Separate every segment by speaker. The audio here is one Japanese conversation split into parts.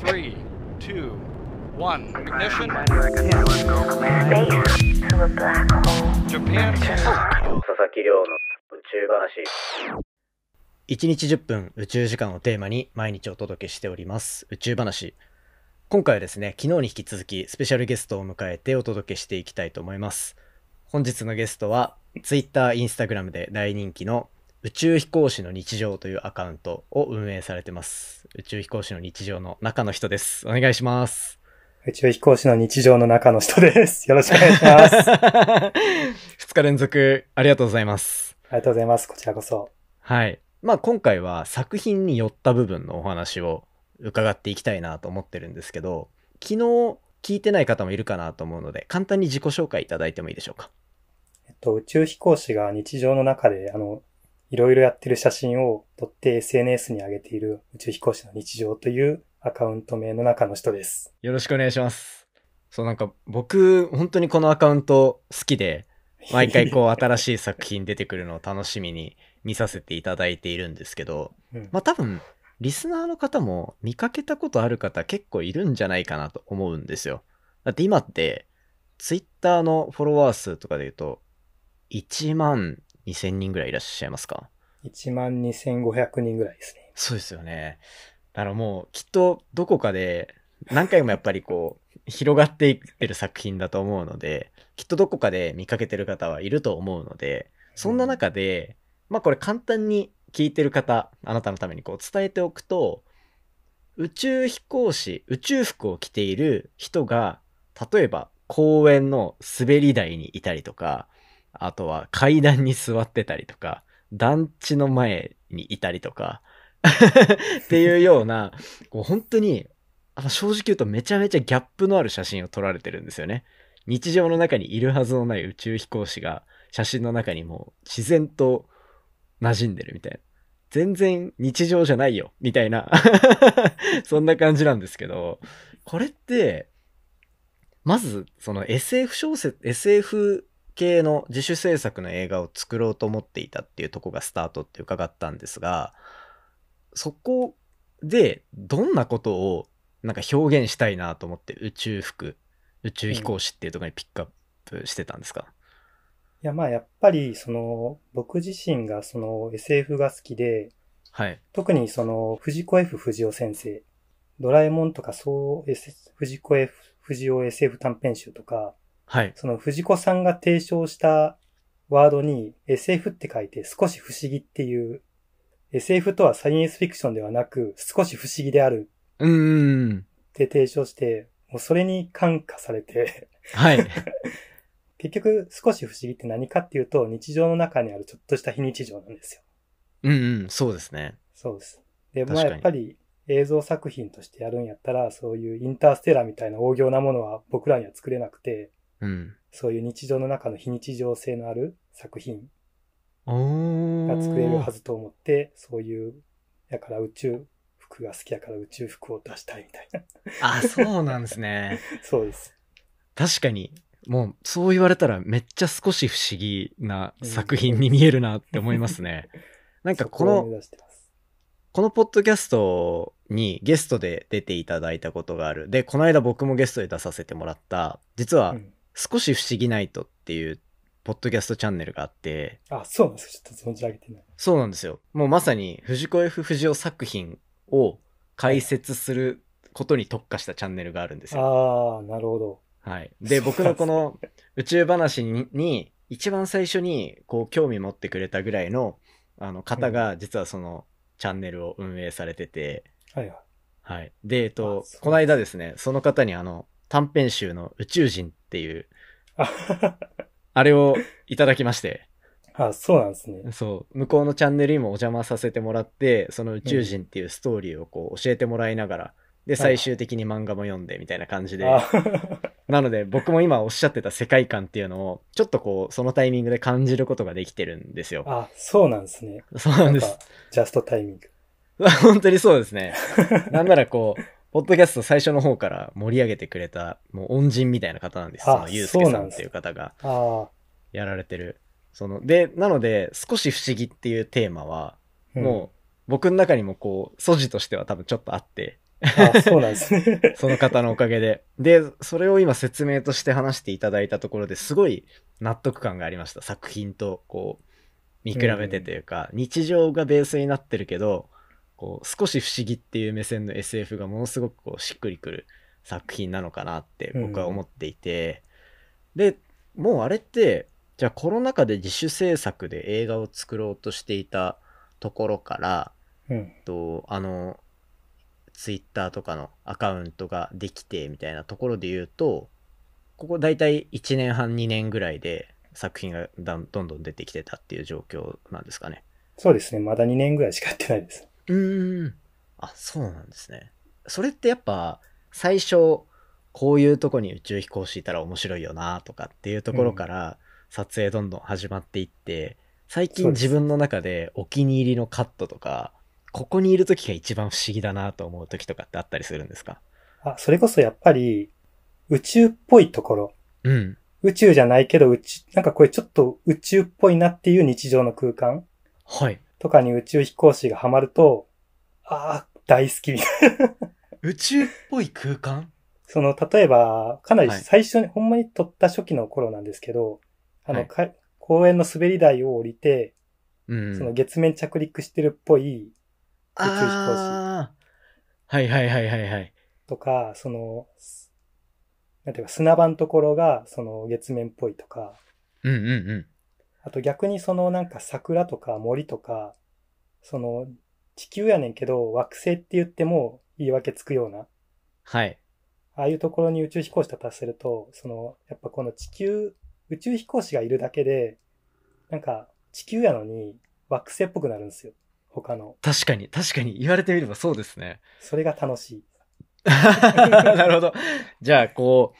Speaker 1: three, two, one. Ignition.
Speaker 2: Space to a black hole.
Speaker 1: Japan.
Speaker 3: 佐々木亮の宇宙話
Speaker 4: 1日10分宇宙時間をテーマに毎日お届けしております宇宙話今回はですね昨日に引き続きスペシャルゲストを迎えてお届けしていきたいと思います本日のゲストは Twitter、Instagram で大人気の宇宙飛行士の日常というアカウントを運営されてます宇宙飛行士の日常の中の人ですお願いします
Speaker 5: 宇宙飛行士の日常の中の人です。よろしくお願いします。 あ
Speaker 4: 2日連続ありがとうございます
Speaker 5: りがとうございます。こちらこそ。
Speaker 4: はい。まあ今回は作品に寄った部分のお話を伺っていきたいなと思ってるんですけど、昨日聞いてない方もいるかなと思うので、簡単に自己紹介いただいてもいいでしょうか。
Speaker 5: えっと、宇宙飛行士が日常の中で、あの、いろいろやってる写真を撮って SNS に上げている宇宙飛行士の日常というアカウント名の中の人です。
Speaker 4: よろしくお願いします。そうなんか僕、本当にこのアカウント好き で、毎回こう新しい作品出てくるのを楽しみに見させていただいているんですけど、
Speaker 5: うん。
Speaker 4: まあ多分、リスナーの方も見かけたことある方結構いるんじゃないかなと思うんですよ。だって今って、ツイッターのフォロワー数とかで言うと、1万2000人ぐらいいらっしゃいますか
Speaker 5: 12,500人ぐらいですね。
Speaker 4: そうですよね。だからもうきっとどこかで何回もやっぱりこう広がっていってる作品だと思うので、きっとどこかで見かけてる方はいると思うので、そんな中で、まあこれ簡単に聞いてる方、あなたのためにこう伝えておくと、宇宙飛行士、宇宙服を着ている人が、例えば公園の滑り台にいたりとか、あとは階段に座ってたりとか、団地の前にいたりとか、 っていうような、こう本当に、あの正直言うとめちゃめちゃギャップのある写真を撮られてるんですよね。日常の中にいるはずのない宇宙飛行士が写真の中にもう自然と馴染んでるみたいな。全然日常じゃないよ、みたいな。 そんな感じなんですけど、これって、まず、その SF 小説、SF 系の自主制作の映画を作ろうと思っていたっていうとこがスタートって伺ったんですが、そこでどんなことをなんか表現したいなと思って宇宙服、宇宙飛行士っていうところにピックアップしてたんですか、
Speaker 5: いや、まあ、やっぱり、その、僕自身がその SF が好きで、
Speaker 4: はい。
Speaker 5: 特にその、藤子 F 不二雄先生、ドラえもんとか、そう SS、藤子 F 不二雄 SF 短編集とか、
Speaker 4: はい。
Speaker 5: その藤子さんが提唱したワードに SF って書いて少し不思議っていう、SF とはサイエンスフィクションではなく少し不思議である
Speaker 4: うーん。
Speaker 5: って提唱して、もうそれに感化されて、
Speaker 4: はい。
Speaker 5: 結局少し不思議って何かっていうと日常の中にあるちょっとした非日常なんですよ。
Speaker 4: うんうん、そうですね。
Speaker 5: そうです。で、
Speaker 4: 確
Speaker 5: まあ
Speaker 4: かに
Speaker 5: やっぱり映像作品としてやるんやったら、そういうインターステラーみたいな大行なものは僕らには作れなくて、
Speaker 4: うん。
Speaker 5: そういう日常の中の非日常性のある作品
Speaker 4: お
Speaker 5: が作れるは
Speaker 4: ず。
Speaker 5: ずと思って、そういう、だから宇宙服が好きやから宇宙服を出したいみたいな。
Speaker 4: あ、そうなんですね。
Speaker 5: そうです。
Speaker 4: 確かに、もう、そう言われたらめっちゃ少し不思議な作品に見えるなって思いま すね。なんか
Speaker 5: そ
Speaker 4: こ
Speaker 5: を
Speaker 4: の
Speaker 5: 目、指してます。
Speaker 4: このポッドキャストにゲストで出ていただいたことがある。で、この間僕もゲストで出させてもらった、実は
Speaker 5: うん
Speaker 4: 少し不思議ナイトっていうポッドキャストチャンネルがあって、
Speaker 5: あ、そうなんですちょっと存じ上げてない。
Speaker 4: そうなんですよ。もうまさに藤子 F 不二雄作品を解説することに特化したチャンネルがあるんですよ。
Speaker 5: ああ、なるほど。
Speaker 4: はい。で、僕のこの宇宙話にに一番最初にこう興味持ってくれたぐらいのあの方が実はそのチャンネルを運営されてて、
Speaker 5: はいはい。
Speaker 4: はい。で、えっと
Speaker 5: あそう、
Speaker 4: この間ですね、その方にあの短編集の宇宙人っていう、
Speaker 5: あ
Speaker 4: あれをいただきまして、
Speaker 5: あ、そうなんですね。
Speaker 4: そう、向こうのチャンネルにもお邪魔させてもらって、その宇宙人っていうストーリーをこう教えてもらいながら、で、最終的に漫画も読んでみたいな感じで、
Speaker 5: あ
Speaker 4: なので僕も今おっしゃってた世界観っていうのを、ちょっとこう、そのタイミングで感じることができてるんですよ。
Speaker 5: あ、そうなんですね。
Speaker 4: そうなんで
Speaker 5: か
Speaker 4: す。、
Speaker 5: ジャストタイミング。
Speaker 4: 本当にそうで すね。なんならこう、ポッドキャスト最初の方から盛り上げてくれた、もう恩人みたいな方なんです。そ
Speaker 5: あ
Speaker 4: のゆうすけ
Speaker 5: そう
Speaker 4: さ
Speaker 5: なん
Speaker 4: んっ
Speaker 5: です
Speaker 4: ていう方が。
Speaker 5: ああ、
Speaker 4: やられてる。その、で、なので、少し不思議っていうテーマは、
Speaker 5: うん
Speaker 4: もう、僕の中にもこう、素地としては多分ちょっとあって、
Speaker 5: あ、そうなんですね。
Speaker 4: その方のおかげで。で、それを今説明として話していただいたところですごい納得感がありました。作品とこう、見比べてというか、日常がベースになってるけど、こう、少し不思議っていう目線の SF がものすごくこう、しっくりくる作品なのかなって僕は思っていて、で、もうあれって、じゃあコロナ禍で自主制作で映画を作ろうとしていたところから、
Speaker 5: うん。
Speaker 4: とあのツイッターとかのアカウントができてみたいなところで言うとここ大体1年半2年ぐらいで作品がだんどんどん出てきてたっていう状況なんですかね
Speaker 5: そうですね。まだ2年ぐらいしかやってないです。
Speaker 4: うーんあそうなんですねそれってやっぱ最初こういうとこに宇宙飛行士いたら面白いよなとかっていうところから撮影どんどん始まっていって、最近
Speaker 5: そうです
Speaker 4: 自分の中でお気に入りのカットとかここにいる時が一番不思議だなと思う時とかってあったりするんですか
Speaker 5: あ、それこそやっぱり、宇宙っぽいところ。
Speaker 4: うん
Speaker 5: 宇宙じゃないけど、宇宙、なんかこれちょっと宇宙っぽいなっていう日常の空間
Speaker 4: はい
Speaker 5: とかに宇宙飛行士がハマると、ああ、大好きみたいな。
Speaker 4: 宇宙っぽい空間
Speaker 5: その、例えば、かなり
Speaker 4: はい
Speaker 5: 最初に、ほんまに撮った初期の頃なんですけど、あの、
Speaker 4: はい
Speaker 5: か公園の滑り台を降りて、
Speaker 4: うん
Speaker 5: その月面着陸してるっぽい宇宙飛行士
Speaker 4: あーはいはいはいはいはい
Speaker 5: とか、その、すなんていうか、砂場のところが、その月面っぽいとか、
Speaker 4: うんうんうん
Speaker 5: あと逆にそのなんか桜とか森とか、その地球やねんけど惑星って言っても言い訳つくような、
Speaker 4: はい
Speaker 5: ああいうところに宇宙飛行士立たせると、そのやっぱこの地球、宇宙飛行士がいるだけで、なんか地球やのに惑星っぽくなるんですよ。他の。
Speaker 4: 確かに確かに言われてみればそうですね
Speaker 5: それが楽しい。
Speaker 4: なるほど。じゃあ、こ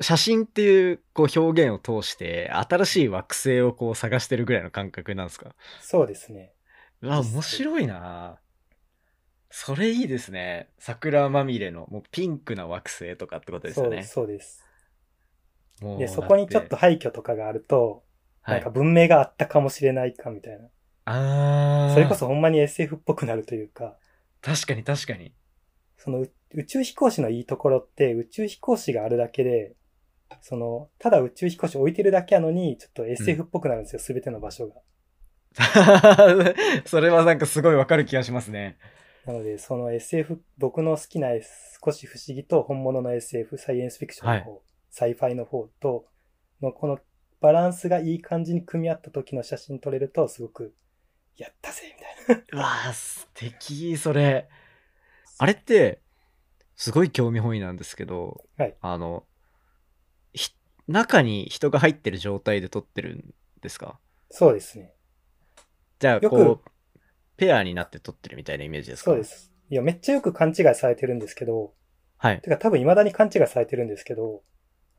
Speaker 4: う、写真っていうこう表現を通して、新しい惑星をこう探してるぐらいの感覚なんですか
Speaker 5: そうですね。
Speaker 4: うわ、
Speaker 5: そうそう
Speaker 4: 面白いなそれいいですね。桜まみれの、もうピンクな惑星とかってことです
Speaker 5: そ
Speaker 4: よ
Speaker 5: う
Speaker 4: ね。
Speaker 5: そうです。
Speaker 4: もう
Speaker 5: で、そこにちょっと、廃墟とかがあると、
Speaker 4: は
Speaker 5: なん
Speaker 4: い
Speaker 5: か、文明があったかもしれないかみたいな。
Speaker 4: あー
Speaker 5: それこそほんまに SF っぽくなるというか、
Speaker 4: 確かに確かに。
Speaker 5: そのう宇宙飛行士のいいところって宇宙飛行士があるだけで、その、ただ宇宙飛行士置いてるだけやのに、ちょっと SF っぽくなるんですよ、すべ、ての場所が。
Speaker 4: それはなんかすごいわかる気がしますね。
Speaker 5: なので、その SF、僕の好きな S 少し不思議と本物の SF、サイエンスフィクションの方、サイファイの方と、のこのバランスがいい感じに組み合った時の写真撮れると、すごく、やったぜみたいな。
Speaker 4: うわー、素敵、それ。あれって、すごい興味本位なんですけど、
Speaker 5: はい
Speaker 4: あの、ひ中に人が入ってる状態で撮ってるんですか
Speaker 5: そうですね。
Speaker 4: じゃあ、
Speaker 5: よく
Speaker 4: こう、ペアになって撮ってるみたいなイメージですか
Speaker 5: そうで。す。いや、めっちゃよく勘違いされてるんですけど、
Speaker 4: はい。
Speaker 5: てか多分未だに勘違いされてるんですけど、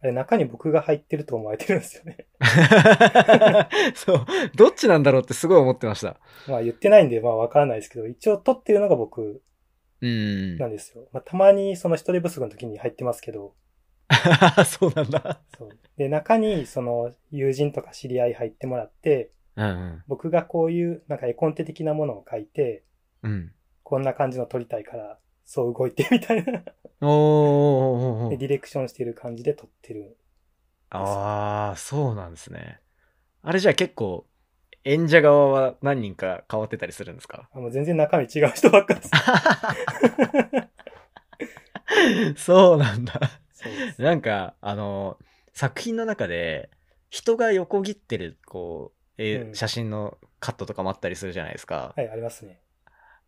Speaker 5: あれ中に僕が入ってると思われてるんですよね。
Speaker 4: そう。どっちなんだろうってすごい思ってました。
Speaker 5: まあ言ってないんでまあわからないですけど、一応撮ってるのが僕
Speaker 4: うん
Speaker 5: な。んですよ。まあたまにその人手不足の時に入ってますけど、
Speaker 4: そうなんだ。
Speaker 5: そう。で、中にその友人とか知り合い入ってもらって、
Speaker 4: うんうん。
Speaker 5: 僕がこういうなんか絵コンテ的なものを書いて、
Speaker 4: うん。
Speaker 5: こんな感じの撮りたいから、そう動いてみたいな。
Speaker 4: おーおーおーお
Speaker 5: で、
Speaker 4: ー
Speaker 5: ディレクションしてる感じで撮ってる。
Speaker 4: ああ、そうなんですね。あれじゃあ結構、演者側は何人か変わってたりするんです か
Speaker 5: あもう全然中身違う人ばっかりです。
Speaker 4: そうなんだ。
Speaker 5: そうです。
Speaker 4: なんか、あの、作品の中で、人が横切ってる、こう、え
Speaker 5: うん
Speaker 4: 写真のカットとかもあったりするじゃないですか。
Speaker 5: はい、ありますね。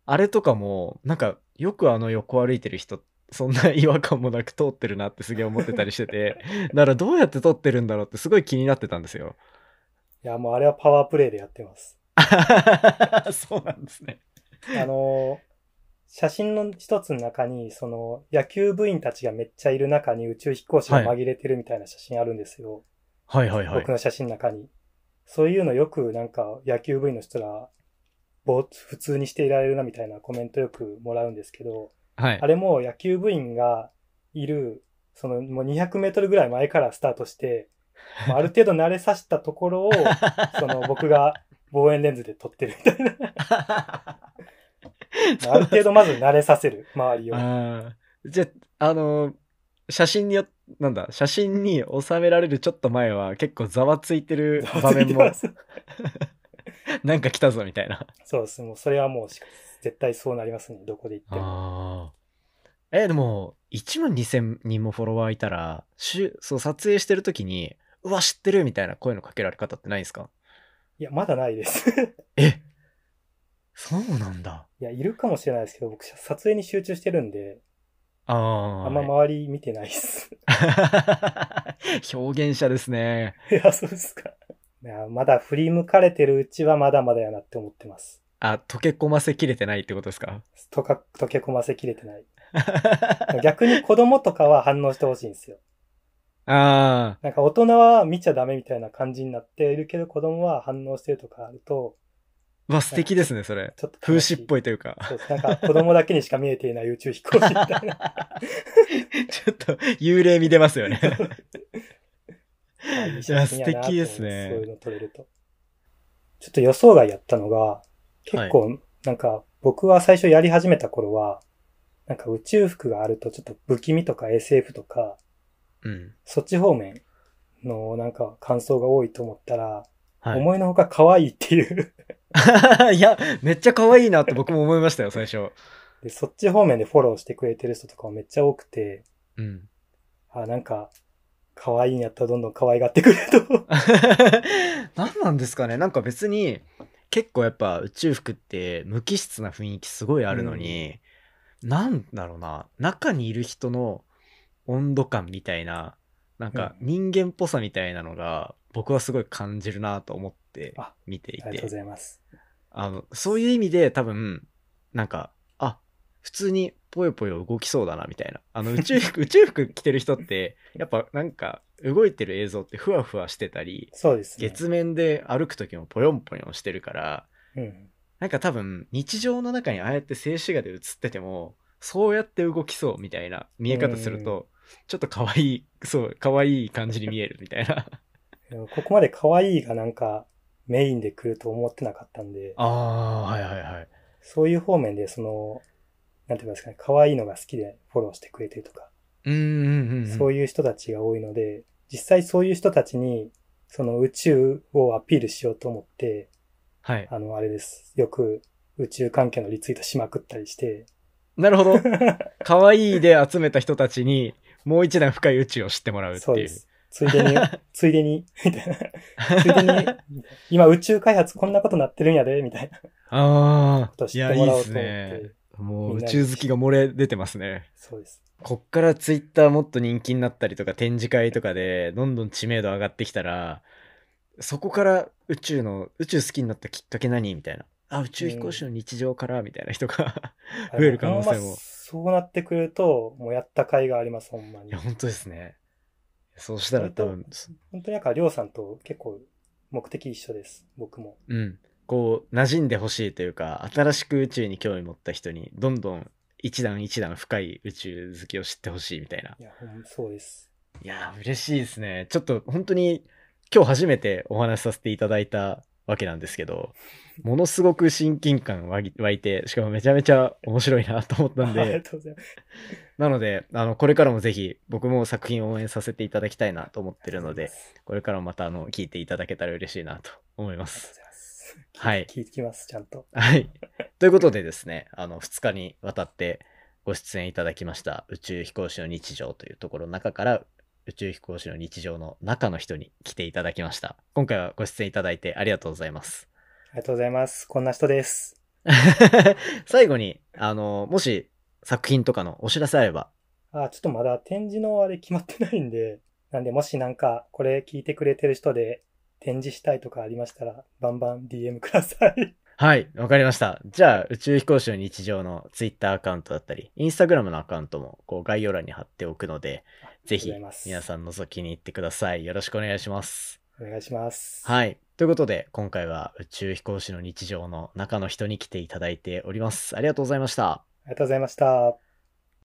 Speaker 4: あれとかも、なんか、よくあの横歩いてる人、そんな違和感もなく通ってるなってすげえ思ってたりして て、だからどうやって撮ってるんだろうってすごい気になってたんですよ。
Speaker 5: いや、もうあれはパワープレイでやってます。
Speaker 4: そうなんですね。
Speaker 5: あの、写真の一つの中に、その、野球部員たちがめっちゃいる中に宇宙飛行士が紛れてるみたいな写真あるんですよ。
Speaker 4: はいはいはい
Speaker 5: 僕。の写真の中に。そういうのよくなんか野球部員の人ら、ぼーっと普通にしていられるなみたいなコメントよくもらうんですけど、
Speaker 4: はい
Speaker 5: あ。れも野球部員がいる、そのもう200メートルぐらい前からスタートして、まあある程度慣れさせたとこ ろを、その僕が望遠レンズで撮ってるみたいな。 ある程度まず慣れさせる、周りを。
Speaker 4: あーじゃあ、あのー写真によなんだ、写真に収められるちょっと前は結構ざわつい てる場面も、なんか来たぞみたいな。
Speaker 5: そうです。もうそれはもうし絶対そうなりますね。どこで行っても。
Speaker 4: ああ。え、でも、1万2000人もフォロワーいたら、しゅそう、撮影してる時に、うわ、知ってるみたいな声のかけられ方ってないんですか
Speaker 5: いや、まだないです。
Speaker 4: えそうなんだ。
Speaker 5: いや、いるかもしれないですけど、僕、撮影に集中してるんで、
Speaker 4: ああ。
Speaker 5: あんま周り見てないです。
Speaker 4: 表現者ですね。
Speaker 5: いや、そうですか。いや、まだ振り向かれてるうちはまだまだやなって思ってます。
Speaker 4: あ、溶け込ませきれてないってことです か
Speaker 5: とか、溶け込ませきれてない。逆に子供とかは反応してほしいんですよ。
Speaker 4: ああ。
Speaker 5: なんか大人は見ちゃダメみたいな感じになっているけど、子供は反応してるとかあると、
Speaker 4: まあ素敵ですね、それ。
Speaker 5: ちょっと
Speaker 4: 風刺っぽ
Speaker 5: い。
Speaker 4: いというか。
Speaker 5: そうです。なんか子供だけにしか見えていない宇宙飛行士みたいな。
Speaker 4: ちょっと幽霊見出ますよね。
Speaker 5: い
Speaker 4: いや、素敵ですね
Speaker 5: そういうの撮れると。ちょっと予想外やったのが、結構、なんか、僕は最初やり始めた頃は、なんか宇宙服があるとちょっと不気味とか SF とか、
Speaker 4: うん。
Speaker 5: そっち方面のなんか感想が多いと思ったら、
Speaker 4: はい。
Speaker 5: 思いのほか可愛いっていう。
Speaker 4: いや、めっちゃ可愛いなって僕も思いましたよ、最初。
Speaker 5: で、そっち方面でフォローしてくれてる人とかもめっちゃ多くて、
Speaker 4: うん。
Speaker 5: あ、なんか、可愛いんやったらどんどん可愛がってくれると。
Speaker 4: 何なんですかねなんか別に、結構やっぱ宇宙服って無機質な雰囲気すごいあるのに、なんだろうな、中にいる人の温度感みたいな、なんか人間っぽさみたいなのが、僕はすごい感じるなと思って
Speaker 5: あ
Speaker 4: 見ていて。
Speaker 5: ありがとうございます。
Speaker 4: あの、そういう意味で多分、なんか、あ、普通にぽよぽよ動きそうだな、みたいな。あの、宇 宙服、宇宙服着てる人って、やっぱなんか、動いてる映像ってふわふわしてたり、
Speaker 5: そうですね。
Speaker 4: 月面で歩く時もぽよんぽよんしてるから、
Speaker 5: うん。
Speaker 4: なんか多分、日常の中にああやって静止画で映ってても、そうやって動きそうみたいな見え方すると、ちょっと可愛い、そう、可愛い感じに見えるみた いな。
Speaker 5: でもここまで可愛いがなんかメインで来ると思ってなかったんで、
Speaker 4: ああ、はいはいはい。
Speaker 5: そういう方面でその、なんていうんですかね、可愛いのが好きでフォローしてくれてるとか、
Speaker 4: うんうんうんうん。
Speaker 5: そういう人たちが多いので、実際そういう人たちに、その宇宙をアピールしようと思って、
Speaker 4: はい。
Speaker 5: あの、あれです。よく宇宙関係のリツイートしまくったりして、
Speaker 4: なるほど。可愛いで集めた人たちに、もう一段深い宇宙を知ってもらうっていう。
Speaker 5: そうです。ついで に、ついでに、みたいな。ついでに、今宇宙開発こんなことなってるんやで、みたいなこ
Speaker 4: あ
Speaker 5: とを。
Speaker 4: あい
Speaker 5: 知っ
Speaker 4: や、
Speaker 5: て
Speaker 4: い
Speaker 5: も
Speaker 4: い
Speaker 5: ら
Speaker 4: で
Speaker 5: おうと
Speaker 4: す
Speaker 5: 思って。
Speaker 4: ね。も
Speaker 5: み
Speaker 4: うん
Speaker 5: な
Speaker 4: 宇
Speaker 5: に
Speaker 4: 宙好きが漏れ出てますね。
Speaker 5: そうです。
Speaker 4: こっからツイッターもっと人気になったりとか展示会とかでどんどん知名度上がってきたら、そこから宇宙の、宇宙好きになったきっかけ何みたいな。あ、宇宙飛行士の日常からみたいな人が。増える可能性も
Speaker 5: ほんまそうなってくると、もうやった甲斐があります、ほんま
Speaker 4: い
Speaker 5: に
Speaker 4: や、。本当ですね。そうしたら多分、
Speaker 5: 本当になんか、りょうさんと結構目的一緒です、僕も。
Speaker 4: うん、こう馴染んでほしいというか新しく宇宙に興味持った人にどんどん一段一段深い宇宙好きを知ってほしいみたいない
Speaker 5: や、ほんまそうです。
Speaker 4: いやー嬉しいですねちょっと本当に今日初めてお話しさせていただいたわけなんですけどものすごく親近感湧い湧いてしかもめちゃめちゃ面白いなと思ったん
Speaker 5: ありが
Speaker 4: で
Speaker 5: とうございます。
Speaker 4: なのであのこれからもぜひ僕も作品を応援させていただきたいなと思ってるのでこれからもまたあの聞いていただけたら嬉しいなと思いま
Speaker 5: ありがとう
Speaker 4: す
Speaker 5: ご。ざいます。
Speaker 4: はい
Speaker 5: 聞いてきます、ちゃんと。
Speaker 4: はい。ということでですね、あの、2日にわたってご出演いただきました、宇宙飛行士の日常というところの中から、宇宙飛行士の日常の中の人に来ていただきました。今回はご出演いただいてありがとうございます。
Speaker 5: ありがとうございます。こんな人です。
Speaker 4: 最後に、あの、もし作品とかのお知らせあれば、
Speaker 5: あ、ちょっとまだ展示のあれ決まってないんで、なんで、もしなんか、これ聞いてくれてる人で、展示したいとかありましたら、バンバン DM ください。
Speaker 4: はい、わかりました。じゃあ、宇宙飛行士の日常の Twitter アカウントだったり、Instagram のアカウントもこう概要欄に貼っておくので、ぜひ
Speaker 5: ありがとうございます
Speaker 4: 皆さん覗きに行ってください。よろしくお願いします。
Speaker 5: お願いします。
Speaker 4: はい。ということで、今回は宇宙飛行士の日常の中の人に来ていただいております。ありがとうございました。
Speaker 5: ありがとうございました。